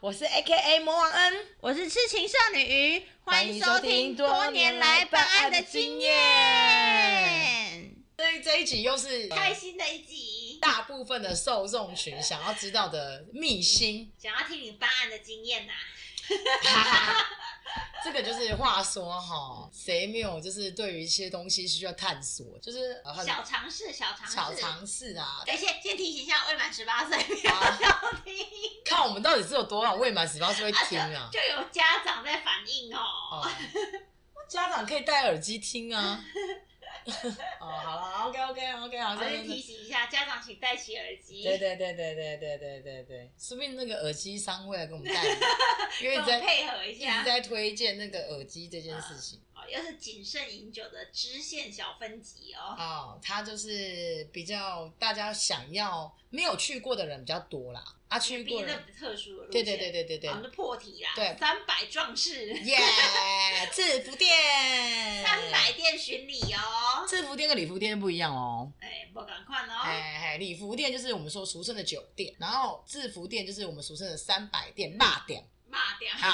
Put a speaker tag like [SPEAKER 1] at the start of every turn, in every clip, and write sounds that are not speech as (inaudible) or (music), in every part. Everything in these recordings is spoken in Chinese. [SPEAKER 1] 我是 A K A 魔王恩，
[SPEAKER 2] 我是痴情少女鱼，欢迎收听
[SPEAKER 1] 多
[SPEAKER 2] 多
[SPEAKER 1] 年
[SPEAKER 2] 年
[SPEAKER 1] 来
[SPEAKER 2] 来
[SPEAKER 1] 办
[SPEAKER 2] 办
[SPEAKER 1] 案
[SPEAKER 2] 案
[SPEAKER 1] 的
[SPEAKER 2] 的
[SPEAKER 1] 经
[SPEAKER 2] 经
[SPEAKER 1] 验
[SPEAKER 2] 验。
[SPEAKER 1] 这这一集又是
[SPEAKER 2] 开心的一集，
[SPEAKER 1] 大部分的受众群想要知道的秘 (laughs) 辛，
[SPEAKER 2] 想要听你办案的经验呐、
[SPEAKER 1] 这个就是话说哈，谁没有就是对于一些东西需要探索，就是呃很
[SPEAKER 2] 小尝试，小尝试，
[SPEAKER 1] 小尝试啊。
[SPEAKER 2] 哎，先先提醒一下，未满十八岁不要收听，
[SPEAKER 1] 看我们到底是有多少未满十八岁会听
[SPEAKER 2] (laughs)
[SPEAKER 1] 啊？
[SPEAKER 2] 就有家长在反映哦。
[SPEAKER 1] 哦，家长可以戴耳机听啊。 (laughs) 哦，好了，OK OK OK，好，
[SPEAKER 2] 我
[SPEAKER 1] 这
[SPEAKER 2] 先
[SPEAKER 1] 样子
[SPEAKER 2] 提醒一下，家长请戴起耳机，
[SPEAKER 1] 对对对对对对对对对，说不定那个耳机商会来跟我们带，因
[SPEAKER 2] 跟
[SPEAKER 1] 为你
[SPEAKER 2] 我
[SPEAKER 1] 在
[SPEAKER 2] 们配合一
[SPEAKER 1] 一
[SPEAKER 2] 下
[SPEAKER 1] 直。在推荐那个耳机这件事情。
[SPEAKER 2] 哦，又是谨慎饮酒的支线小分级哦。
[SPEAKER 1] 哦，它就是比较大家想要没有去过的人比较多啦，啊，去
[SPEAKER 2] 毕
[SPEAKER 1] 过
[SPEAKER 2] 竟
[SPEAKER 1] 的
[SPEAKER 2] 那
[SPEAKER 1] 人，
[SPEAKER 2] 比较特殊的路
[SPEAKER 1] 对
[SPEAKER 2] 线，啊
[SPEAKER 1] 对对对对对
[SPEAKER 2] 我，们就破题啦。
[SPEAKER 1] 对
[SPEAKER 2] 三百壮士，
[SPEAKER 1] 耶，制服店，
[SPEAKER 2] (laughs) 三百，店巡礼哦。
[SPEAKER 1] (laughs) 制服店跟礼服店不一样哦。
[SPEAKER 2] 哎，不赶快哦。
[SPEAKER 1] 哎哎，礼服店就是我们说俗称的酒店，然后制服店就是我们俗称的三百店、辣店。
[SPEAKER 2] 骂掉。
[SPEAKER 1] 好，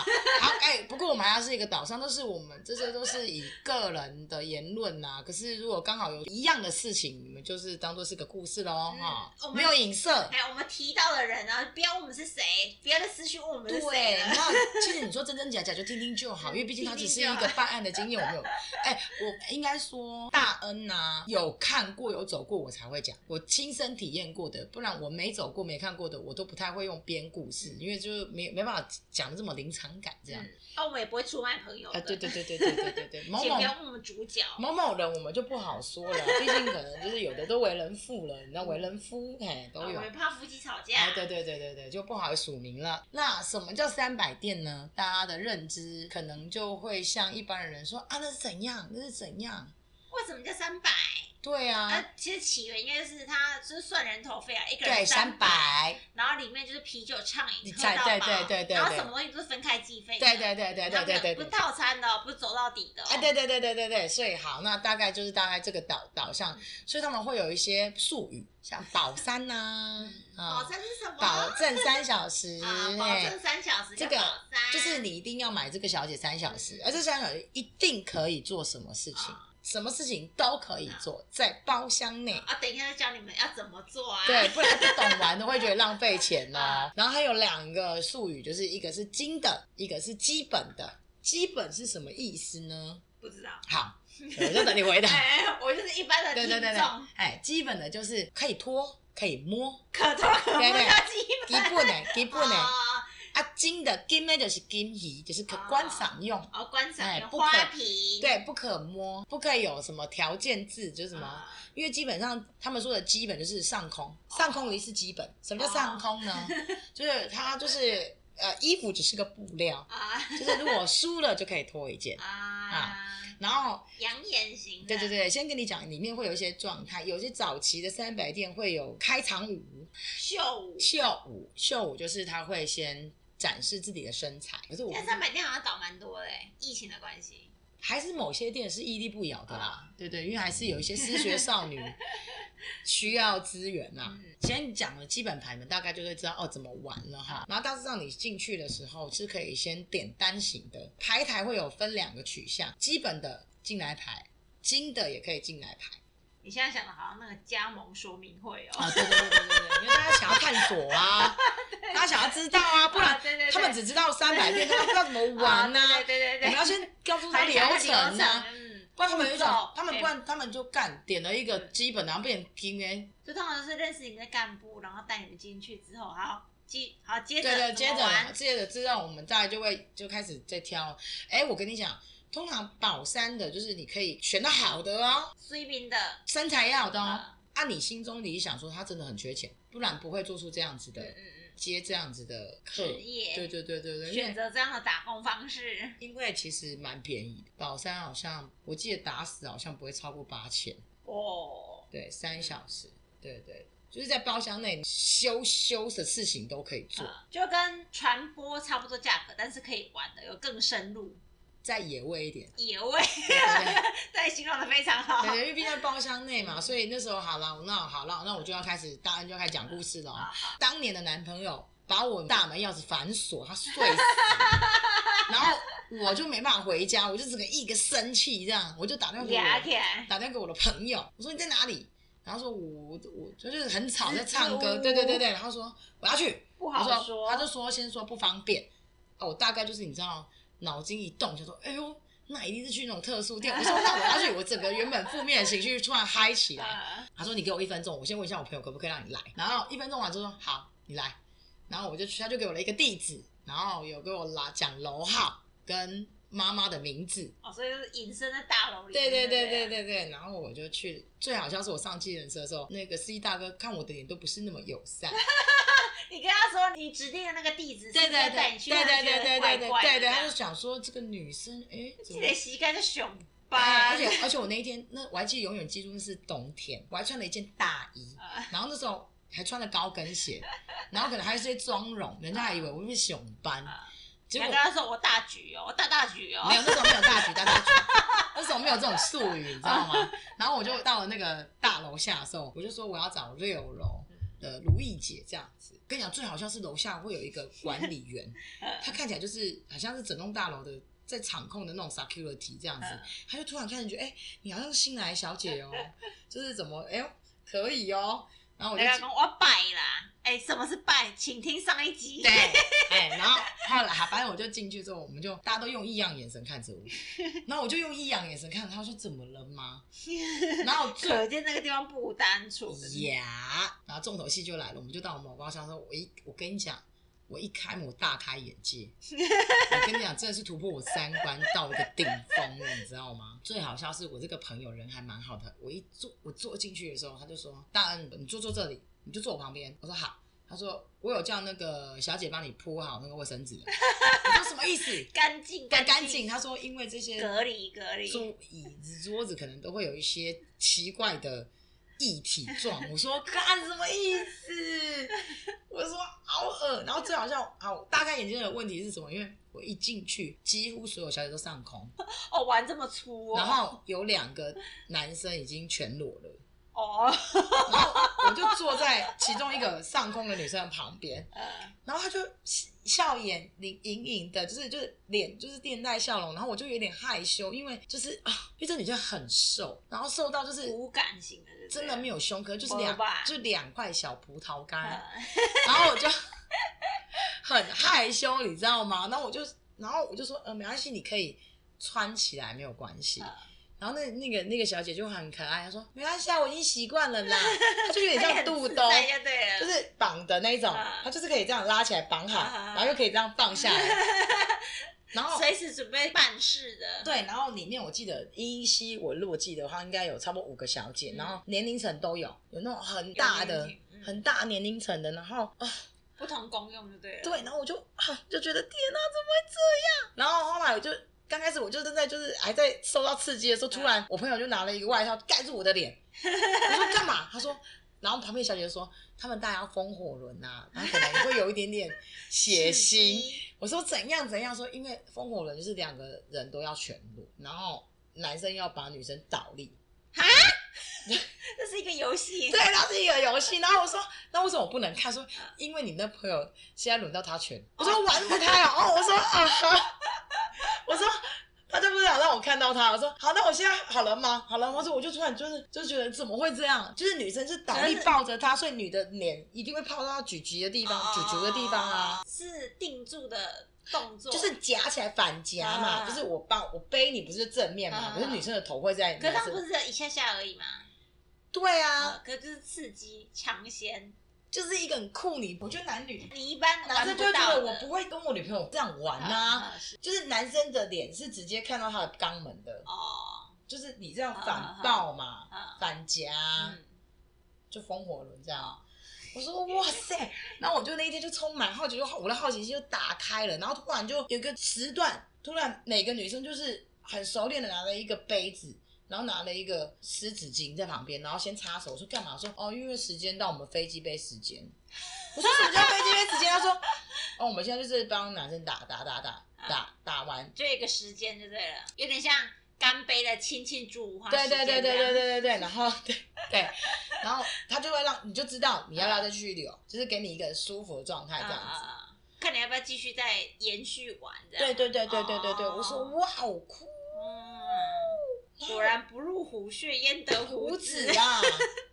[SPEAKER 1] 好，哎、不过我们还是一个岛上，都是我们这些都是以个人的言论呐、可是如果刚好有一样的事情，你们就是当做是个故事喽，
[SPEAKER 2] 嗯
[SPEAKER 1] 哈、
[SPEAKER 2] 我们
[SPEAKER 1] 没有影射。
[SPEAKER 2] 哎，我们提到的人呢，不要问我们是谁，不要再私讯问我们
[SPEAKER 1] 对
[SPEAKER 2] 是 (laughs) 谁，了。
[SPEAKER 1] 那其实你说真真假假就听听就好，因为毕竟它只是一
[SPEAKER 2] (laughs)
[SPEAKER 1] 个办案的经验，我没有。哎、我应该说大恩呐、有看过有走过，我才会讲，我亲身体验过的，不然我没走过没看过的，我都不太会用编故事，因为就是没没办法讲的这么临场感这样。
[SPEAKER 2] 嗯那我们也不会出卖朋友
[SPEAKER 1] 啊，
[SPEAKER 2] 的。
[SPEAKER 1] 对对对对对对对对，某
[SPEAKER 2] 请
[SPEAKER 1] 某
[SPEAKER 2] 不要问我们主角。
[SPEAKER 1] 某某人我们就不好说了，毕竟可能就是有的都为人父了，你知道为人夫，哎，都
[SPEAKER 2] 啊我
[SPEAKER 1] 有。
[SPEAKER 2] 们怕夫妻吵
[SPEAKER 1] 哎，
[SPEAKER 2] 架。
[SPEAKER 1] 对对对对对，就不好署名了。那什么叫三百店呢？大家的认知可能就会像一般的人说啊，那是怎样？那是怎样？
[SPEAKER 2] 为什么叫三百？
[SPEAKER 1] 对啊，
[SPEAKER 2] 啊，其实起源应该是他就是算人头费啊，一个
[SPEAKER 1] 对，
[SPEAKER 2] 人
[SPEAKER 1] 三百，
[SPEAKER 2] 然后里面就是啤酒畅饮，喝
[SPEAKER 1] 对
[SPEAKER 2] 到
[SPEAKER 1] 对
[SPEAKER 2] 饱
[SPEAKER 1] 对对对
[SPEAKER 2] 然后
[SPEAKER 1] 对
[SPEAKER 2] 什么东西都是分开计费的，
[SPEAKER 1] 对对对对对对对
[SPEAKER 2] 不是。
[SPEAKER 1] 对
[SPEAKER 2] 套餐的哦，不是走到底的哦，
[SPEAKER 1] 啊，对对对对对对，所以好，那大概就是大概这个岛岛上，所以他们会有一些术语，像宝山呐、啊，
[SPEAKER 2] 保证是什么？
[SPEAKER 1] 保证三小时，
[SPEAKER 2] 啊，保
[SPEAKER 1] 哎
[SPEAKER 2] 证三小时，
[SPEAKER 1] 这个
[SPEAKER 2] 保三，
[SPEAKER 1] 就是你一定要买这个小姐三小时，而这三小时一定可以做什么事情，什么事情都可以做，在包厢内。
[SPEAKER 2] 啊，等一下再教你们要怎么做啊，
[SPEAKER 1] 对，不然不懂玩的会觉得浪费钱哦
[SPEAKER 2] 啊。
[SPEAKER 1] 然后还有两个术语，就是一个是精的，一个是基本的。基本是什么意思呢？
[SPEAKER 2] 不知道，
[SPEAKER 1] 好，我就等你回答。
[SPEAKER 2] 哎，我就是一般的
[SPEAKER 1] 对
[SPEAKER 2] 听
[SPEAKER 1] 对对对
[SPEAKER 2] 众，，
[SPEAKER 1] 哎，基本的就是可以拖，可以摸，
[SPEAKER 2] 可多可
[SPEAKER 1] 对
[SPEAKER 2] 不
[SPEAKER 1] 对
[SPEAKER 2] 要基
[SPEAKER 1] 基
[SPEAKER 2] 本，
[SPEAKER 1] 本的，基本的。
[SPEAKER 2] (laughs) 哦
[SPEAKER 1] 啊，金的金呢就是金鱼，就是可观赏用。
[SPEAKER 2] 哦，观赏
[SPEAKER 1] 哎
[SPEAKER 2] 用
[SPEAKER 1] 不可
[SPEAKER 2] 花瓶，
[SPEAKER 1] 对，不可摸，不可以有什么条件字，就是什么，
[SPEAKER 2] 啊，
[SPEAKER 1] 因为基本上他们说的基本就是上空，上空的意思基本。什么叫上空呢？就是它就是呃，衣服只是个布料，
[SPEAKER 2] 啊
[SPEAKER 1] 就是如果输了就可以脱一件。
[SPEAKER 2] 啊，
[SPEAKER 1] 然后，
[SPEAKER 2] 养眼型的，
[SPEAKER 1] 对对对，先跟你讲，里面会有一些状态，有些早期的三百店会有开场舞、
[SPEAKER 2] 秀舞。
[SPEAKER 1] 秀舞，秀舞就是他会先展示自己的身材，可是我不
[SPEAKER 2] 现在三
[SPEAKER 1] 知
[SPEAKER 2] 百店好像倒蛮多的欸，疫情的关系。
[SPEAKER 1] 还是某些店是屹立不摇的啦，对对，因为还是有一些失学少 (laughs) 女需要资源呐、
[SPEAKER 2] 嗯
[SPEAKER 1] 先讲了基本盘，你们大概就会知道哦怎么玩了哈。然后大致上你进去的时候是可以先点单型的，排台会有分两个取向，基本的进来排，金的也可以进来排。
[SPEAKER 2] 你现在想的好像那个加盟说明会哦，
[SPEAKER 1] 啊，对对对对对对，因为大家想要探索啊， (laughs) 大家想要知道啊，不然
[SPEAKER 2] 啊对对对
[SPEAKER 1] 他们只知道三百遍，他们不知道怎么玩呐、
[SPEAKER 2] 啊对对
[SPEAKER 1] 我
[SPEAKER 2] 对
[SPEAKER 1] 们
[SPEAKER 2] 对
[SPEAKER 1] 要先告诉
[SPEAKER 2] 对，
[SPEAKER 1] 他流程呐、啊。
[SPEAKER 2] 嗯，
[SPEAKER 1] 不然他们有一种
[SPEAKER 2] 步骤，
[SPEAKER 1] 他们不然他们就干点了一个基本，然后被人听哎，
[SPEAKER 2] 哎就通常是认识你的干部，然后带你们进去之后，好接好接
[SPEAKER 1] 对
[SPEAKER 2] 着
[SPEAKER 1] 对，接
[SPEAKER 2] 怎么玩
[SPEAKER 1] 着接着之后，我们大家就会就开始在挑。哎，我跟你讲，通常宝山的就是你可以选到好的哦，
[SPEAKER 2] 水平的，呃
[SPEAKER 1] 身材也好的哦
[SPEAKER 2] 嗯。
[SPEAKER 1] 按你心中理想说，他真的很缺钱，不然不会做出这样子
[SPEAKER 2] 嗯
[SPEAKER 1] 的
[SPEAKER 2] 嗯
[SPEAKER 1] 接这样子的课。
[SPEAKER 2] 职业
[SPEAKER 1] 对对对对
[SPEAKER 2] 嗯，
[SPEAKER 1] 对，因
[SPEAKER 2] 选
[SPEAKER 1] 为
[SPEAKER 2] 择这样的打工方式，
[SPEAKER 1] 因为其实蛮便宜的，宝山好像我记得打死好像不会超过八千。
[SPEAKER 2] 哦，
[SPEAKER 1] 对，三小时，对对，就是在包厢内羞羞的事情都可以做，
[SPEAKER 2] 啊就跟传播差不多价格，但是可以玩的有更深入，
[SPEAKER 1] 再野味一点，
[SPEAKER 2] 野味， (laughs)
[SPEAKER 1] 对对对
[SPEAKER 2] 对，形容的非常好
[SPEAKER 1] 对，对，因为毕竟在包厢内
[SPEAKER 2] 嗯
[SPEAKER 1] 嘛，所以那时候好了，那好了，那我就要开始，大恩就要开始讲故事了。哦
[SPEAKER 2] 啊
[SPEAKER 1] 当年的男朋友把我大门钥匙反锁，他睡
[SPEAKER 2] (laughs)
[SPEAKER 1] 死，然后我就没办法回家，我就整个一个生气这样，我就打
[SPEAKER 2] (laughs)
[SPEAKER 1] 电话给
[SPEAKER 2] 牙
[SPEAKER 1] 我
[SPEAKER 2] 起来，
[SPEAKER 1] 打电话给我的朋友，我说你在哪里？然后说我我就是很吵在唱
[SPEAKER 2] 支支吾
[SPEAKER 1] 歌，
[SPEAKER 2] 吾
[SPEAKER 1] 对对对对，然后说我要去，
[SPEAKER 2] 不
[SPEAKER 1] 我
[SPEAKER 2] 好
[SPEAKER 1] 说
[SPEAKER 2] 说。
[SPEAKER 1] 他就说先说不方便，哦，我大概就是你知道脑筋一动就说，哎呦，那一定是去那种特殊店，我说那我要去，我整个原本负面的情绪突然嗨起
[SPEAKER 2] (laughs)
[SPEAKER 1] 来，
[SPEAKER 2] 呃
[SPEAKER 1] 他说：“你给我一分钟，我先问一下我朋友可不可以让你来。”然后一分钟完之后说：“好，你来。”然后我就去，他就给我了一个地址，然后有给我拉讲楼号跟妈妈的名字。
[SPEAKER 2] 哦，所以就是隐身在大楼里
[SPEAKER 1] 对
[SPEAKER 2] 面。
[SPEAKER 1] 对对对
[SPEAKER 2] 对不，
[SPEAKER 1] 对对，然后我就去。最好笑是我上计程车的时候，那个司机大哥看我的脸都不是那么友善。
[SPEAKER 2] 你跟他说你指定的那个地址，
[SPEAKER 1] 对对对
[SPEAKER 2] 是不是带
[SPEAKER 1] 对
[SPEAKER 2] 你去，
[SPEAKER 1] 对对对对对对对对，他
[SPEAKER 2] 他
[SPEAKER 1] 就想说这个女生哎怎
[SPEAKER 2] 记
[SPEAKER 1] 么
[SPEAKER 2] 得膝盖是熊吧， (laughs)
[SPEAKER 1] 哎而且而且我那一天那我还记得永远记住那是冬天，我还穿了一件大衣，
[SPEAKER 2] 呃
[SPEAKER 1] 然后那时候还穿了高跟鞋，然后可能还有一些妆容，人家还以为我是熊班，
[SPEAKER 2] 啊
[SPEAKER 1] 结
[SPEAKER 2] 你
[SPEAKER 1] 果
[SPEAKER 2] 还跟他说我大局哦，我大大局哦
[SPEAKER 1] 没，有那时候没有大举大
[SPEAKER 2] (laughs)
[SPEAKER 1] 大举，那时候没有这种术语，你知道吗？然后我就到了那个大楼下的时候，我就说我要找六楼的如意姐这样子。跟你讲，最好像是楼下会有一个管理
[SPEAKER 2] (laughs)
[SPEAKER 1] 员，他看起来就是好像是整栋大楼的。在场控的那种 security 这样子
[SPEAKER 2] 嗯，
[SPEAKER 1] 他就突然看见觉得，哎、你好像是新来的小姐哦、就是怎么，哎呦，可以哦、然后我就
[SPEAKER 2] 人家跟我拜啦，哎，什么是拜？请听上一集。
[SPEAKER 1] 对，哎，然后后来反正我就进去之后，我们就大家都用异样眼神看着我，然后我就用异样眼神看着他，说怎么了吗？然后最
[SPEAKER 2] (laughs) 可见那个地方不单纯。
[SPEAKER 1] 呀，然后重头戏就来了，我们就到某包厢说，我一我跟你讲，我一开门我大开眼界，我跟你讲，真的是突破我三观到一个顶峰了，你知道吗？最好笑是我这个朋友人还蛮好的，我一坐我坐进去的时候，他就说大恩，你坐坐这里，你就坐我旁边。我说好，他说我有叫那个小姐帮你铺好那个卫生纸了，我说什么意思？
[SPEAKER 2] 干净
[SPEAKER 1] 干干净，他说因为这些
[SPEAKER 2] 隔离隔离，
[SPEAKER 1] 桌椅子、桌子可能都会有一些奇怪的液体状。我说干什么意思？我说好恶。然后最好笑，好大概眼睛的问题是什么？因为我一进去，几乎所有小姐都上空，
[SPEAKER 2] 哦，玩这么粗哦，
[SPEAKER 1] 然后有两个男生已经全裸了。
[SPEAKER 2] 哦，
[SPEAKER 1] 然后我就坐在其中一个上空的女生旁边，
[SPEAKER 2] 呃，
[SPEAKER 1] 然后她就笑笑眼盈盈盈的，就是就是脸就是面带笑容，然后我就有点害羞，因为就是啊，因为这女生很瘦，然后瘦到就是
[SPEAKER 2] 无感型的，对不对
[SPEAKER 1] 真的没有胸，可是就是
[SPEAKER 2] 没有
[SPEAKER 1] 两
[SPEAKER 2] 吧
[SPEAKER 1] 就两块小葡萄干，
[SPEAKER 2] 呃
[SPEAKER 1] 然后我就很害羞，你知道吗？然后我就然后我就说呃没关系，你可以穿起来没有关系
[SPEAKER 2] 嗯。
[SPEAKER 1] 然后那那个那个小姐就很可爱，她说没关系啊，我已经习惯了啦。 (laughs) 她就有点像肚兜，
[SPEAKER 2] 哎呀对了，
[SPEAKER 1] 就是绑的那一种
[SPEAKER 2] 嗯，
[SPEAKER 1] 它就是可以这样拉起来绑好，
[SPEAKER 2] 嗯
[SPEAKER 1] 然后又可以这样放下
[SPEAKER 2] (laughs)
[SPEAKER 1] 来，然后。
[SPEAKER 2] 随时准备办事的，
[SPEAKER 1] 对，然后里面我记得依稀我如果记得的话，应该有差不多五个小姐，
[SPEAKER 2] 嗯
[SPEAKER 1] 然后年龄层都有，有那种很大的
[SPEAKER 2] 有年纪、嗯
[SPEAKER 1] 很大年龄层的，然后啊、
[SPEAKER 2] 不同功用就对了，
[SPEAKER 1] 对，然后我就啊就觉得天哪，怎么会这样？然后后来我就刚开始我就正在就是还在受到刺激的时候，突然我朋友就拿了一个外套盖住我的脸，我说干嘛？他说。然后旁边小姐就说：“他们大家风火轮呐、然后可能会有一点点血
[SPEAKER 2] 是
[SPEAKER 1] 腥，我说怎样怎样说，因为风火轮就是两个人都要全裸，然后男生要把女生倒立，
[SPEAKER 2] 这是一个游戏，
[SPEAKER 1] 对，它是一个游戏。然后我说，那为什么我不能
[SPEAKER 2] 嗯
[SPEAKER 1] 看？说因为你那朋友现在轮到他全，我说玩不开啊。哦，我说
[SPEAKER 2] (laughs)
[SPEAKER 1] 啊，好，我说。他就不想让我看到他，我说好，那我现在好了吗？好了吗，我说我就突然就是就觉得怎么会这样？就是女生是倒立抱着他，所以女的脸一定会泡到咀嚼的地方，
[SPEAKER 2] 哦
[SPEAKER 1] 咀嚼的地方啊。，
[SPEAKER 2] 是定住的动作，
[SPEAKER 1] 就是夹起来反夹嘛，
[SPEAKER 2] 啊
[SPEAKER 1] 就是我抱我背你不是正面嘛，
[SPEAKER 2] 啊
[SPEAKER 1] 可是女生的头会在
[SPEAKER 2] 可是
[SPEAKER 1] 男
[SPEAKER 2] 他们不
[SPEAKER 1] 生
[SPEAKER 2] 是只有一下下而已嘛，
[SPEAKER 1] 对啊，
[SPEAKER 2] 啊，可是就是刺激抢先，
[SPEAKER 1] 就是一个很酷你，我觉得男女
[SPEAKER 2] 你一般
[SPEAKER 1] 男
[SPEAKER 2] 玩
[SPEAKER 1] 生
[SPEAKER 2] 不
[SPEAKER 1] 哦就会觉
[SPEAKER 2] 到
[SPEAKER 1] 得
[SPEAKER 2] 的
[SPEAKER 1] 我不会跟我女朋友这样玩
[SPEAKER 2] 啊
[SPEAKER 1] 啊，
[SPEAKER 2] 是
[SPEAKER 1] 就是男生的脸是直接看到他的肛门的，
[SPEAKER 2] 哦，
[SPEAKER 1] 就是你这样反抱嘛，
[SPEAKER 2] 啊，
[SPEAKER 1] 反夹、
[SPEAKER 2] 嗯
[SPEAKER 1] 就风火轮这样。啊我说哇塞，然后我就那一天就充满好奇，就我的好奇心就打开了，然后突然就有一个时段，突然每个女生就是很熟练的拿了一个杯子，然后拿了一个湿纸巾在旁边，然后先擦手。我说干嘛？我说哦，因为时间到，我们飞机杯时间。我说什么叫飞机杯时间？他说哦，我们现在就是帮男生打打打打打打完，
[SPEAKER 2] 就有一个时间就对了，有点像干杯的亲亲祝五花
[SPEAKER 1] 对
[SPEAKER 2] 时
[SPEAKER 1] 对
[SPEAKER 2] 间
[SPEAKER 1] 对对对对
[SPEAKER 2] 这样
[SPEAKER 1] 对对，然后对对，然后他就会让你就知道你要不要再继续留，就是给你一个舒服的状态这样子。
[SPEAKER 2] 啊看你要不要继续再延续玩这样
[SPEAKER 1] 对对对对对对对，
[SPEAKER 2] 哦
[SPEAKER 1] 我说哇，好酷，
[SPEAKER 2] 嗯，果然不入虎穴焉得
[SPEAKER 1] 胡
[SPEAKER 2] 虎
[SPEAKER 1] 子
[SPEAKER 2] 子。
[SPEAKER 1] 啊！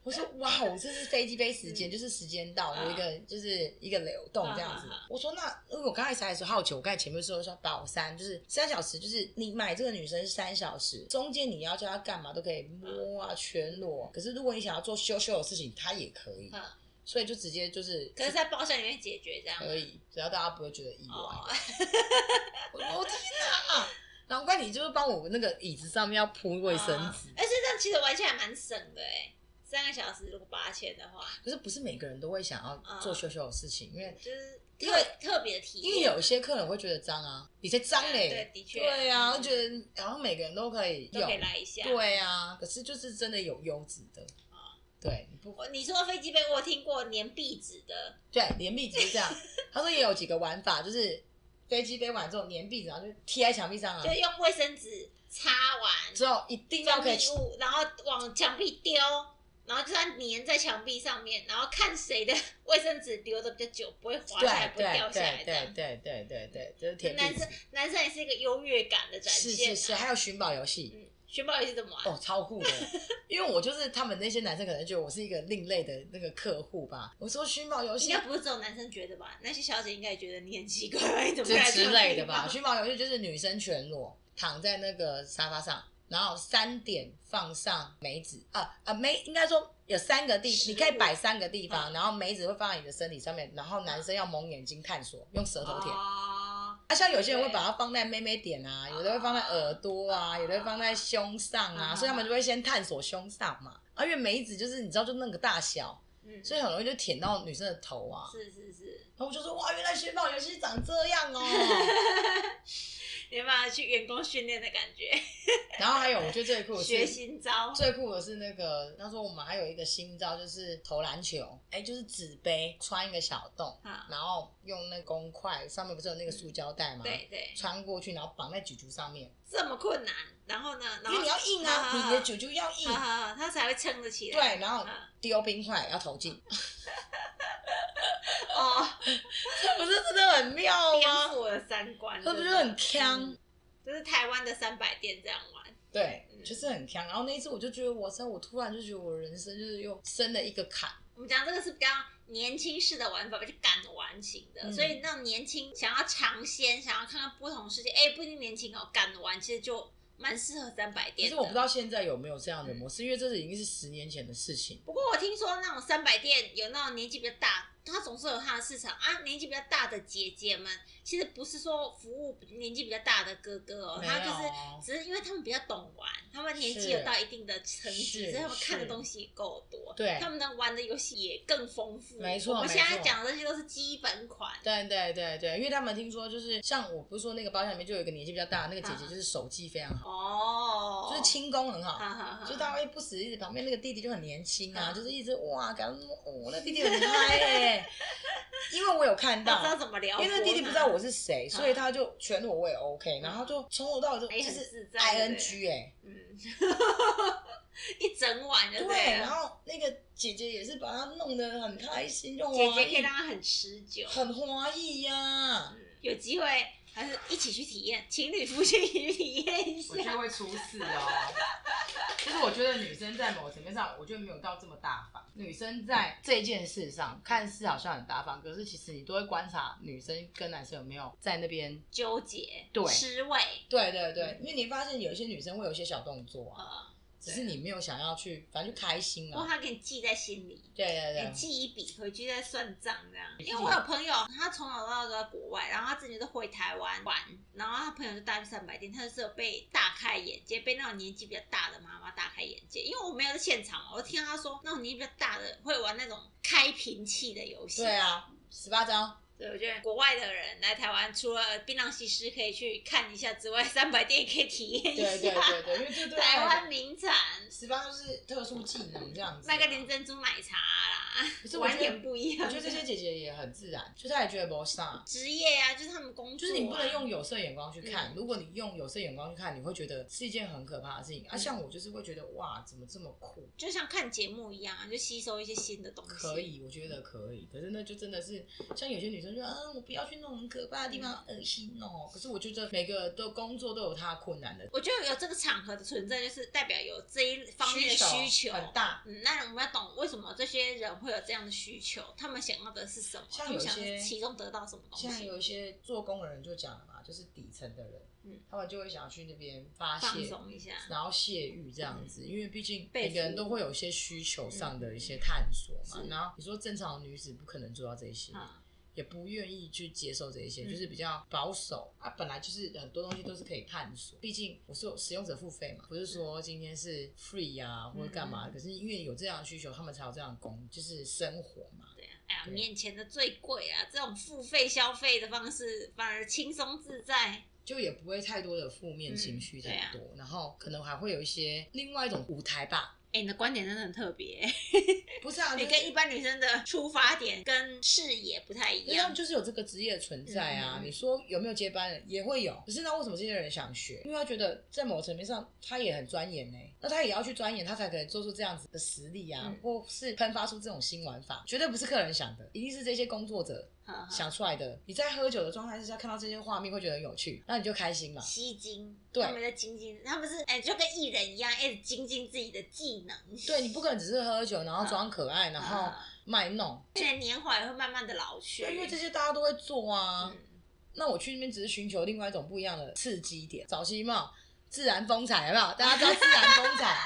[SPEAKER 1] 我说哇，我这是飞机杯时间，
[SPEAKER 2] 嗯
[SPEAKER 1] 就是时间到
[SPEAKER 2] 啊
[SPEAKER 1] 有一个就是一个流动这样子
[SPEAKER 2] 啊啊啊。
[SPEAKER 1] 我说那因为我刚开始还是好奇，我刚才前面说说保三就是三小时，就是你买这个女生是三小时，中间你要叫她干嘛都可以摸啊全裸，可是如果你想要做羞羞的事情，她也可以
[SPEAKER 2] 嗯，
[SPEAKER 1] 所以就直接就是
[SPEAKER 2] 可是，在包厢里面解决这样吗。
[SPEAKER 1] 可以，只要大家不会觉得意外
[SPEAKER 2] 哦。，
[SPEAKER 1] 我我天哪！难怪你就是帮我那个椅子上面要铺卫生
[SPEAKER 2] 啊
[SPEAKER 1] 纸，
[SPEAKER 2] 而且这样其实玩起来蛮省的哎，三个小时如果八千的话，
[SPEAKER 1] 可是不是每个人都会想要做
[SPEAKER 2] 啊
[SPEAKER 1] 羞羞的事情，因为
[SPEAKER 2] 就是
[SPEAKER 1] 因为
[SPEAKER 2] 特特别的体验，
[SPEAKER 1] 因为有一些客人会觉得脏啊，你才脏嘞、
[SPEAKER 2] 对，的确，
[SPEAKER 1] 对啊，
[SPEAKER 2] 嗯
[SPEAKER 1] 觉得然后每个人都可以
[SPEAKER 2] 都
[SPEAKER 1] 有
[SPEAKER 2] 可以，来一下。
[SPEAKER 1] 对啊，可是就是真的有优质的
[SPEAKER 2] 啊，
[SPEAKER 1] 对，你不
[SPEAKER 2] 我你说飞机杯，我有听过粘壁纸的，
[SPEAKER 1] 对粘壁纸是这样，他说也有几个玩法，就是飞机飞完之后粘壁纸，然后就贴在墙壁上啊
[SPEAKER 2] 就，用卫生纸擦完，
[SPEAKER 1] 之后一定要
[SPEAKER 2] 装
[SPEAKER 1] 可以
[SPEAKER 2] 密物，然后往墙壁丢，然后就算粘在墙壁上面，然后看谁的卫生纸留的比较久，不会滑下来，
[SPEAKER 1] 对
[SPEAKER 2] 不会掉下
[SPEAKER 1] 对
[SPEAKER 2] 来这
[SPEAKER 1] 对对
[SPEAKER 2] 样。嗯
[SPEAKER 1] 对对对对，就是贴
[SPEAKER 2] 男
[SPEAKER 1] 壁纸
[SPEAKER 2] 生。男生也是一个优越感的展
[SPEAKER 1] 是
[SPEAKER 2] 现、啊，
[SPEAKER 1] 是是，还有寻宝游戏。
[SPEAKER 2] 嗯，寻宝游戏怎么玩？
[SPEAKER 1] 哦，超酷
[SPEAKER 2] (laughs)
[SPEAKER 1] 的！因为我就是他们那些男生，可能觉得我是一个另类的那个客户吧。我说寻宝游
[SPEAKER 2] 应
[SPEAKER 1] 戏
[SPEAKER 2] 该不是只有男生觉得吧？那些小姐应该也觉得你很奇
[SPEAKER 1] (laughs)
[SPEAKER 2] 怪，怎么
[SPEAKER 1] 这
[SPEAKER 2] 来这
[SPEAKER 1] 之
[SPEAKER 2] 种
[SPEAKER 1] 类
[SPEAKER 2] 地
[SPEAKER 1] 的吧。
[SPEAKER 2] 方
[SPEAKER 1] 寻宝游戏就是女生全裸躺在那个沙发上，然后三点放上梅子啊啊梅，应该说有三个地，
[SPEAKER 2] 食物嗯
[SPEAKER 1] 你可以摆三个地方，然后梅子会放在你的身体上面，然后男生要蒙眼睛探索，用舌头舔。
[SPEAKER 2] 哦
[SPEAKER 1] 啊，像有些人会把它放在妹妹点啊，有的会放在耳朵啊，
[SPEAKER 2] 哦
[SPEAKER 1] 有的会放在胸上啊，
[SPEAKER 2] 啊
[SPEAKER 1] 所以他们就会先探索胸上嘛。啊，因为梅子就是你知道就那个大小，
[SPEAKER 2] 嗯，
[SPEAKER 1] 所以很容易就舔到女生的头啊。
[SPEAKER 2] 是是是，
[SPEAKER 1] 然后我就说哇，原来雪宝游戏长这
[SPEAKER 2] (laughs)
[SPEAKER 1] 样哦。
[SPEAKER 2] 没办法去员工训练的感觉，
[SPEAKER 1] 然后还有我觉得最酷的
[SPEAKER 2] 学
[SPEAKER 1] 是。
[SPEAKER 2] 新招。
[SPEAKER 1] 最酷的是那个，那时候我们还有一个新招，就是投篮球，哎，就是纸杯穿一个小洞，
[SPEAKER 2] 啊
[SPEAKER 1] 然后用那个公筷上面不是有那个塑胶带吗？
[SPEAKER 2] 对，对，
[SPEAKER 1] 穿过去，然后绑在啾啾上面，
[SPEAKER 2] 这么困难，然后呢，
[SPEAKER 1] 因
[SPEAKER 2] 然
[SPEAKER 1] 为
[SPEAKER 2] 后
[SPEAKER 1] 你要硬啊，
[SPEAKER 2] 啊
[SPEAKER 1] 你的啾啾要硬，
[SPEAKER 2] 啊，他才会撑得起来。
[SPEAKER 1] 对，然后
[SPEAKER 2] 啊
[SPEAKER 1] 丢冰块要投进，
[SPEAKER 2] 对，哦，
[SPEAKER 1] (laughs) 不是真的很妙
[SPEAKER 2] 颠覆
[SPEAKER 1] 吗？
[SPEAKER 2] 我的三观，
[SPEAKER 1] 啊这不
[SPEAKER 2] 真
[SPEAKER 1] 就
[SPEAKER 2] 的
[SPEAKER 1] 很呛
[SPEAKER 2] 嗯？就是台湾的三百店这样玩，
[SPEAKER 1] 对，
[SPEAKER 2] 嗯
[SPEAKER 1] 就是很呛。然后那一次我就觉得，我操！我突然就觉得我人生就是又升了一个坎。
[SPEAKER 2] 我们讲这个是比较年轻式的玩法，就敢玩型的，
[SPEAKER 1] 嗯
[SPEAKER 2] 所以那种年轻想要尝鲜，想要看看不同世界，哎，不一定年轻哦，敢玩其实就蛮适合三百
[SPEAKER 1] 可
[SPEAKER 2] 店
[SPEAKER 1] 是
[SPEAKER 2] 的。
[SPEAKER 1] 我不知道现在有没有这样的模式，因为这是已经是十年前的事情。
[SPEAKER 2] 不过我听说那种三百店有那种年纪比较大，他总是有他的市场啊。年纪比较大的姐姐们，其实不是说服务年纪比较大的哥哥哦，
[SPEAKER 1] 没有
[SPEAKER 2] 他就是只是因为他们比较懂玩，他们年纪有到一定的层
[SPEAKER 1] 是
[SPEAKER 2] 级，所以他们看的
[SPEAKER 1] 是
[SPEAKER 2] 东西也够多，
[SPEAKER 1] 对
[SPEAKER 2] 他们能玩的游戏也更丰富。
[SPEAKER 1] 没错
[SPEAKER 2] 我们现
[SPEAKER 1] 没
[SPEAKER 2] 在
[SPEAKER 1] 错
[SPEAKER 2] 讲的这些都是基本款，
[SPEAKER 1] 对对对对，因为他们听说就是像我不是说那个包厢里面就有一个年纪比较大的那个姐姐，
[SPEAKER 2] 啊
[SPEAKER 1] 就是手技非常好，
[SPEAKER 2] 哦，
[SPEAKER 1] 就是轻功很好。
[SPEAKER 2] 哈哈哈，
[SPEAKER 1] 就他会不时一直旁边那个弟弟就很年轻啊，
[SPEAKER 2] 啊
[SPEAKER 1] 就是一直哇，感觉哦，那弟弟很嗨哎、 (laughs) 因为我有看
[SPEAKER 2] 他
[SPEAKER 1] 到
[SPEAKER 2] 知，道怎么聊，
[SPEAKER 1] 因为那弟弟不知道我是谁，
[SPEAKER 2] 嗯
[SPEAKER 1] 所以他就全裸我也 OK，然后就从头到尾就
[SPEAKER 2] 哎嗯
[SPEAKER 1] 就
[SPEAKER 2] 很
[SPEAKER 1] 是
[SPEAKER 2] 自在
[SPEAKER 1] ING 哎、
[SPEAKER 2] 嗯， (laughs) 一整晚就
[SPEAKER 1] 对，
[SPEAKER 2] 了
[SPEAKER 1] 然后那个姐姐也是把他弄得很开心，就
[SPEAKER 2] 姐姐可以
[SPEAKER 1] 很
[SPEAKER 2] 让他很持久，
[SPEAKER 1] 很欢喜呀、
[SPEAKER 2] 有机会还是一起去体验，情侣夫妻一起去体验一
[SPEAKER 1] 我觉
[SPEAKER 2] 下。
[SPEAKER 1] 得会出事哦。
[SPEAKER 2] (laughs)
[SPEAKER 1] 就是我觉得女生在某个层面上，我觉得没有到这么大方。女生在这件事上看似好像很大方，可是其实你都会观察女生跟男生有没有在那边。嗯
[SPEAKER 2] 纠结，
[SPEAKER 1] 对
[SPEAKER 2] 吃味，
[SPEAKER 1] 对对对，因为你发现有一些女生会有一些小动作啊，
[SPEAKER 2] 呃，
[SPEAKER 1] 只是你没有想要去，反正就开心
[SPEAKER 2] 不过
[SPEAKER 1] 啊。
[SPEAKER 2] 他给你记在心里。
[SPEAKER 1] 对对啊
[SPEAKER 2] 你
[SPEAKER 1] 对，
[SPEAKER 2] 记一笔回去再算账这样，因为我有朋友，他从小到大都在国外，然后他之前就是回台湾玩，然后他朋友就带他去三百店，他就是有被大开眼界，被那种年纪比较大的妈妈大开眼界。因为我没有在现场嘛，我听到他说那种年纪比较大的会玩那种开瓶器的游戏，
[SPEAKER 1] 对啊，十八招。
[SPEAKER 2] 对，我觉得国外的人来台湾，除了槟榔西施可以去看一下之外，三百店也可以体验一
[SPEAKER 1] 对对
[SPEAKER 2] 下
[SPEAKER 1] 对对，因为这对
[SPEAKER 2] 哎
[SPEAKER 1] 啊
[SPEAKER 2] 台湾名产，
[SPEAKER 1] 十八招是特殊技能这样子。啊
[SPEAKER 2] 卖个连珍珠奶茶啦，
[SPEAKER 1] 可是我
[SPEAKER 2] 玩
[SPEAKER 1] 觉得
[SPEAKER 2] 点不一
[SPEAKER 1] 我
[SPEAKER 2] 样
[SPEAKER 1] 觉得这些姐姐也很自然，就她也觉得没啥。
[SPEAKER 2] 职业啊，就是他们工
[SPEAKER 1] 就是你不
[SPEAKER 2] 做啊嗯
[SPEAKER 1] 能用有色眼光去看。如果你用有色眼光去看，你会觉得是一件很可怕的事情。啊，
[SPEAKER 2] 嗯
[SPEAKER 1] 像我就是会觉得哇，怎么这么酷？
[SPEAKER 2] 就像看节目一样啊，就吸收一些新的东西。
[SPEAKER 1] 可，以，我觉得可以。可是那就真的是，像有些女生就嗯，我不要去那种很可怕的
[SPEAKER 2] 嗯
[SPEAKER 1] 地方，好恶心哦。可是我觉得每个的工作都有它困难的
[SPEAKER 2] 我觉得有这个场合的存在，就是代表有这一方面的需求。
[SPEAKER 1] 很大。
[SPEAKER 2] 嗯，那我们要懂为什么这些人会有这样的需求，他们想要的是什么，
[SPEAKER 1] 像
[SPEAKER 2] 他们
[SPEAKER 1] 有
[SPEAKER 2] 哦想
[SPEAKER 1] 些
[SPEAKER 2] 其中得到什么东
[SPEAKER 1] 像
[SPEAKER 2] 西，
[SPEAKER 1] 有一些做工的人就讲了嘛，就是底层的人，
[SPEAKER 2] 嗯
[SPEAKER 1] 他们就会想要去那边发
[SPEAKER 2] 放
[SPEAKER 1] 泄，
[SPEAKER 2] 松一下。
[SPEAKER 1] 然后泄欲这样子，因为毕竟
[SPEAKER 2] 被
[SPEAKER 1] 每个人
[SPEAKER 2] 服嗯
[SPEAKER 1] 都会有一些需求上的一些探索嘛。
[SPEAKER 2] 是
[SPEAKER 1] 然后你说正常的女子不可能做到这些，
[SPEAKER 2] 啊，
[SPEAKER 1] 也不愿意去接受这一些，
[SPEAKER 2] 嗯
[SPEAKER 1] 就是比较保守啊。本来就是很多东西都是可以探索，毕竟我是有使用者付费嘛，不是说今天是 free 啊或者干嘛。
[SPEAKER 2] 嗯嗯嗯
[SPEAKER 1] 可是因为有这样的需求，他们才有这样的工，就是生活嘛。
[SPEAKER 2] 对啊，哎呀，
[SPEAKER 1] 对
[SPEAKER 2] 面前的最贵啊，这种付费消费的方式反而轻松自在。
[SPEAKER 1] 就也不会太多的负面情绪
[SPEAKER 2] 嗯对
[SPEAKER 1] 太
[SPEAKER 2] 啊
[SPEAKER 1] 多，然后可能还会有一些另外一种舞台吧，
[SPEAKER 2] 哎、你的观点真的很特别、(laughs)
[SPEAKER 1] 不是啊，
[SPEAKER 2] 你
[SPEAKER 1] 就是
[SPEAKER 2] 跟一般女生的出发点跟视野不太一
[SPEAKER 1] 因为他
[SPEAKER 2] 样
[SPEAKER 1] 们。就是有这个职业的存在啊。
[SPEAKER 2] 嗯嗯嗯
[SPEAKER 1] 你说有没有接班人也会有，可是那为什么这些人想学？因为他觉得在某层面上他也很钻研呢、那他也要去钻研，他才可能做出这样子的实力啊，
[SPEAKER 2] 嗯
[SPEAKER 1] 或是喷发出这种新玩法，绝对不是客人想的，一定是这些工作者
[SPEAKER 2] 呵呵
[SPEAKER 1] 想出来的。你在喝酒的状态之下看到这些画面，会觉得很有趣，那你就开心嘛。
[SPEAKER 2] 吸睛，
[SPEAKER 1] 对
[SPEAKER 2] 他们在精进，他们是哎、就跟艺人一样，一直精进自己的技能。
[SPEAKER 1] 对你不可能只是喝酒，然后装可爱，然后
[SPEAKER 2] 啊
[SPEAKER 1] 卖弄，
[SPEAKER 2] 而且年华也会慢慢的老去，
[SPEAKER 1] 对，因为这些大家都会做啊。
[SPEAKER 2] 嗯
[SPEAKER 1] 那我去那边只是寻求另外一种不一样的刺激点。早期嘛，自然风采有没有？大家知道自然
[SPEAKER 2] (laughs)
[SPEAKER 1] 风采？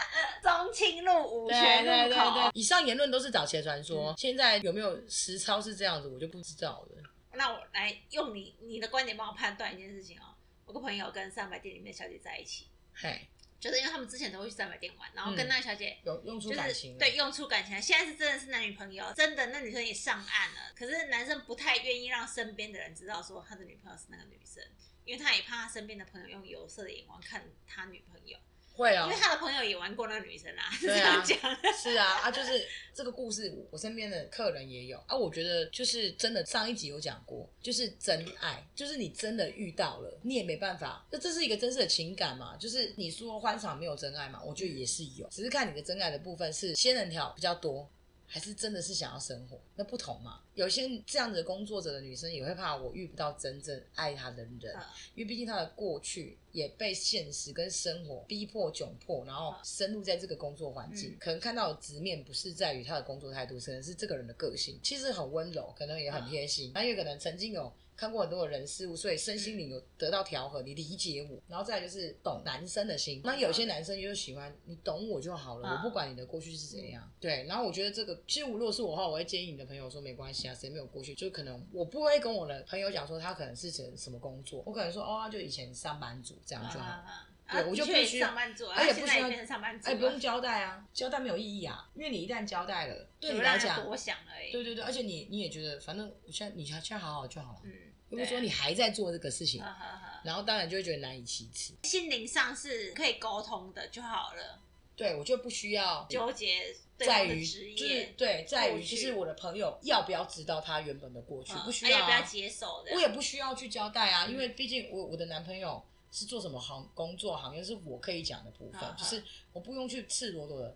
[SPEAKER 2] 中清路、五
[SPEAKER 1] 对
[SPEAKER 2] 泉
[SPEAKER 1] 对
[SPEAKER 2] 路
[SPEAKER 1] 对
[SPEAKER 2] 口
[SPEAKER 1] 对。，以上言论都是早期的传说，
[SPEAKER 2] 啊嗯
[SPEAKER 1] 现在有没有实操是这样子，我就不知道了。
[SPEAKER 2] 那我来用你你的观点帮我判断一件事情哦。我个朋友跟三百店里面的小姐在一起，
[SPEAKER 1] 嘿，
[SPEAKER 2] 就是因为他们之前都会去三百店玩，然后跟
[SPEAKER 1] 嗯
[SPEAKER 2] 那个小姐。
[SPEAKER 1] 有用出
[SPEAKER 2] 就
[SPEAKER 1] 感
[SPEAKER 2] 是
[SPEAKER 1] 情了
[SPEAKER 2] 对用出感情来，现在是真的是男女朋友，真的那女生也上岸了。可是男生不太愿意让身边的人知道说他的女朋友是那个女生，因为他也怕他身边的朋友用有色的眼光看他女朋友，
[SPEAKER 1] 会
[SPEAKER 2] 因
[SPEAKER 1] 啊
[SPEAKER 2] 为，他的朋友也玩过那个女生啊，是这
[SPEAKER 1] 对啊
[SPEAKER 2] 样讲。
[SPEAKER 1] (laughs) 是啊啊，就是这个故事，我身边的客人也有啊。我觉得就是真的，上一集有讲过，就是真爱，就是你真的遇到了，你也没办法。那这是一个真实的情感嘛？就是你说欢场没有真爱嘛？我觉得也是有，只是看你的真爱的部分是仙人跳比较多。还是真的是想要生活，那不同嘛。有些这样子的工作者的女生也会怕我遇不到真正爱她的人，
[SPEAKER 2] 嗯
[SPEAKER 1] 因为毕竟她的过去也被现实跟生活逼迫、窘迫，然后深入在这个工作环境，
[SPEAKER 2] 嗯
[SPEAKER 1] 可能看到的直面不是在于她的工作态度，可能是这个人的个性，其实很温柔，可能也很贴心，那也可能曾经有。看过很多的人事物，所以身心灵有得到调和，你理解我，然后再来就是懂男生的心。那有些男生就喜欢你懂我就好了，
[SPEAKER 2] 嗯
[SPEAKER 1] 我不管你的过去是怎样。对，然后我觉得这个，其实如果是我的话，我会建议你的朋友说没关系啊，谁没有过去，就可能我不会跟我的朋友讲说他可能是什什么工作，我可能说哦，他就以前上班族这样就好。
[SPEAKER 2] 啊
[SPEAKER 1] 对
[SPEAKER 2] 啊
[SPEAKER 1] 我就
[SPEAKER 2] 的确
[SPEAKER 1] 不需
[SPEAKER 2] 也
[SPEAKER 1] 要
[SPEAKER 2] 上班族啊，
[SPEAKER 1] 而且
[SPEAKER 2] 现
[SPEAKER 1] 不
[SPEAKER 2] 在
[SPEAKER 1] 需
[SPEAKER 2] 也
[SPEAKER 1] 要
[SPEAKER 2] 变成上班族
[SPEAKER 1] 哎，
[SPEAKER 2] 了，
[SPEAKER 1] 不用交代啊，交代没有意义啊，因为你一旦交代了，对你
[SPEAKER 2] 有
[SPEAKER 1] 来
[SPEAKER 2] 让
[SPEAKER 1] 讲
[SPEAKER 2] 人，多想而已。
[SPEAKER 1] 对对对，而且你你也觉得，反正我现在你现在好好就好了。
[SPEAKER 2] 嗯，
[SPEAKER 1] 如果说你还在做这个事情，
[SPEAKER 2] 对啊，呵呵呵
[SPEAKER 1] 然后当然就会觉得难以启齿。
[SPEAKER 2] 心灵上是可以沟通的就好了，
[SPEAKER 1] 对我就不需要
[SPEAKER 2] 纠结对
[SPEAKER 1] 在
[SPEAKER 2] 方的
[SPEAKER 1] 于
[SPEAKER 2] 职
[SPEAKER 1] 就是
[SPEAKER 2] 业，
[SPEAKER 1] 对，在
[SPEAKER 2] 过
[SPEAKER 1] 于
[SPEAKER 2] 去
[SPEAKER 1] 就是我的朋友要不要知道他原本的过去，
[SPEAKER 2] 嗯
[SPEAKER 1] 不需
[SPEAKER 2] 啊
[SPEAKER 1] 要、
[SPEAKER 2] 要
[SPEAKER 1] 啊，
[SPEAKER 2] 不要接受的？
[SPEAKER 1] 我也不需要去交代啊，
[SPEAKER 2] 嗯
[SPEAKER 1] 因为毕竟我我的男朋友是做什么行工作行业是我可以讲的部分，
[SPEAKER 2] 嗯
[SPEAKER 1] 就是我不用去赤裸裸的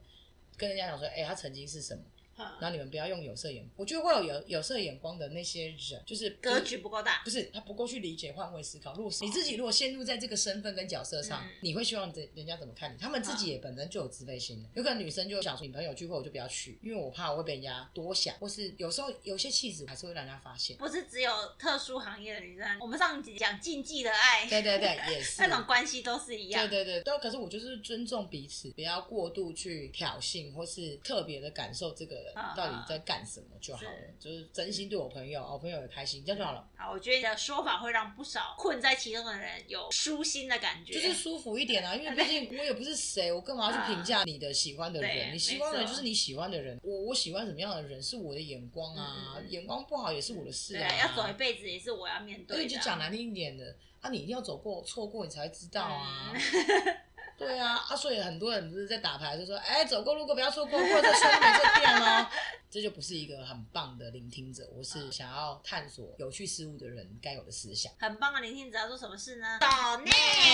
[SPEAKER 1] 跟人家讲说，哎、他曾经是什么，
[SPEAKER 2] 嗯
[SPEAKER 1] 然后你们不要用有色眼，我觉得会有有有色眼光的那些人，就是
[SPEAKER 2] 格局不够大，
[SPEAKER 1] 不是他不够去理解换位思考。如果是你自己如果陷入在这个身份跟角色上，
[SPEAKER 2] 嗯
[SPEAKER 1] 你会希望人人家怎么看你？他们自己也本身就有自卑心
[SPEAKER 2] 啊
[SPEAKER 1] 的，有可能女生就想说，你朋友聚会我就不要去，因为我怕我会被人家多想，或是有时候有些气质还是会让人家发
[SPEAKER 2] (laughs)
[SPEAKER 1] 现。
[SPEAKER 2] 不是只有特殊行业的女生。我们上一集讲禁忌的爱，
[SPEAKER 1] 对对对，也是
[SPEAKER 2] 那种关系都是一
[SPEAKER 1] 对
[SPEAKER 2] 样。
[SPEAKER 1] 对对，但可是我就是尊重彼此，不要过度去挑衅或是特别的感受这个人
[SPEAKER 2] 啊
[SPEAKER 1] 到底在干什么就好了，
[SPEAKER 2] 是
[SPEAKER 1] 就是真心对我朋友，哦我朋友也开心，这样就好了。
[SPEAKER 2] 好，我觉得你的说法会让不少困在其中的人有舒心的感觉，
[SPEAKER 1] 就是舒服一点啊，因为毕竟我也不是谁，我干嘛要去评价你的喜欢的
[SPEAKER 2] 对
[SPEAKER 1] 人？你喜欢的人
[SPEAKER 2] 没错
[SPEAKER 1] 就是你喜欢的人，我我喜欢什么样的人是我的眼光啊
[SPEAKER 2] 嗯嗯，嗯
[SPEAKER 1] 眼光不好也是我的事
[SPEAKER 2] 对啊，要走一
[SPEAKER 1] 啊。
[SPEAKER 2] 辈子也是我要面
[SPEAKER 1] 所
[SPEAKER 2] 对
[SPEAKER 1] 以
[SPEAKER 2] 的
[SPEAKER 1] 就
[SPEAKER 2] 啊。
[SPEAKER 1] 讲难听一点的啊，你一定要走过错过，你才会知道啊。
[SPEAKER 2] 嗯 (laughs)
[SPEAKER 1] 对啊，啊，所以很多人不是在打牌就说，哎，走过路过不要错过，或者说买这店哦， (laughs) 这就不是一个很棒的聆听者，我是想要探索有趣事物的人该有的思想。
[SPEAKER 2] 很棒的聆听者要做什么事呢？岛内，
[SPEAKER 1] (laughs)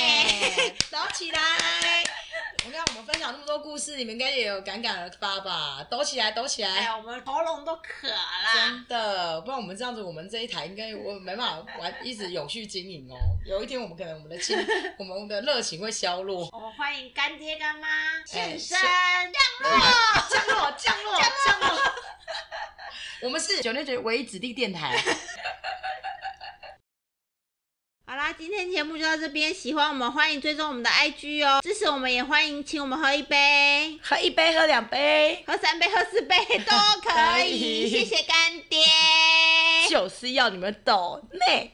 [SPEAKER 1] 早起来！我看我们分享那么多故事，你们应该也有感慨而发吧？抖起来，抖起
[SPEAKER 2] 哎
[SPEAKER 1] 来！
[SPEAKER 2] 呀，我们喉咙都渴啦。
[SPEAKER 1] 真的，不然我们这样子，我们这一台应该我没办法玩，一直永续经营哦。有一天我们可能我们的 (laughs) 亲，我们的热情会消落。
[SPEAKER 2] 我们欢迎干爹干
[SPEAKER 1] 哎
[SPEAKER 2] 妈现身，
[SPEAKER 1] 降落，降落，降落。我们是九六九唯一指定电 (laughs) 台，
[SPEAKER 2] 好啦，今天节目就到这边，喜欢我们欢迎追踪我们的 IG 哦，支持我们也欢迎请我们喝一杯、
[SPEAKER 1] 喝一杯，喝两杯，
[SPEAKER 2] 喝三杯、喝四杯都可
[SPEAKER 1] 可
[SPEAKER 2] 以，
[SPEAKER 1] 以
[SPEAKER 2] 谢谢干爹。
[SPEAKER 1] 就是要你们抖内。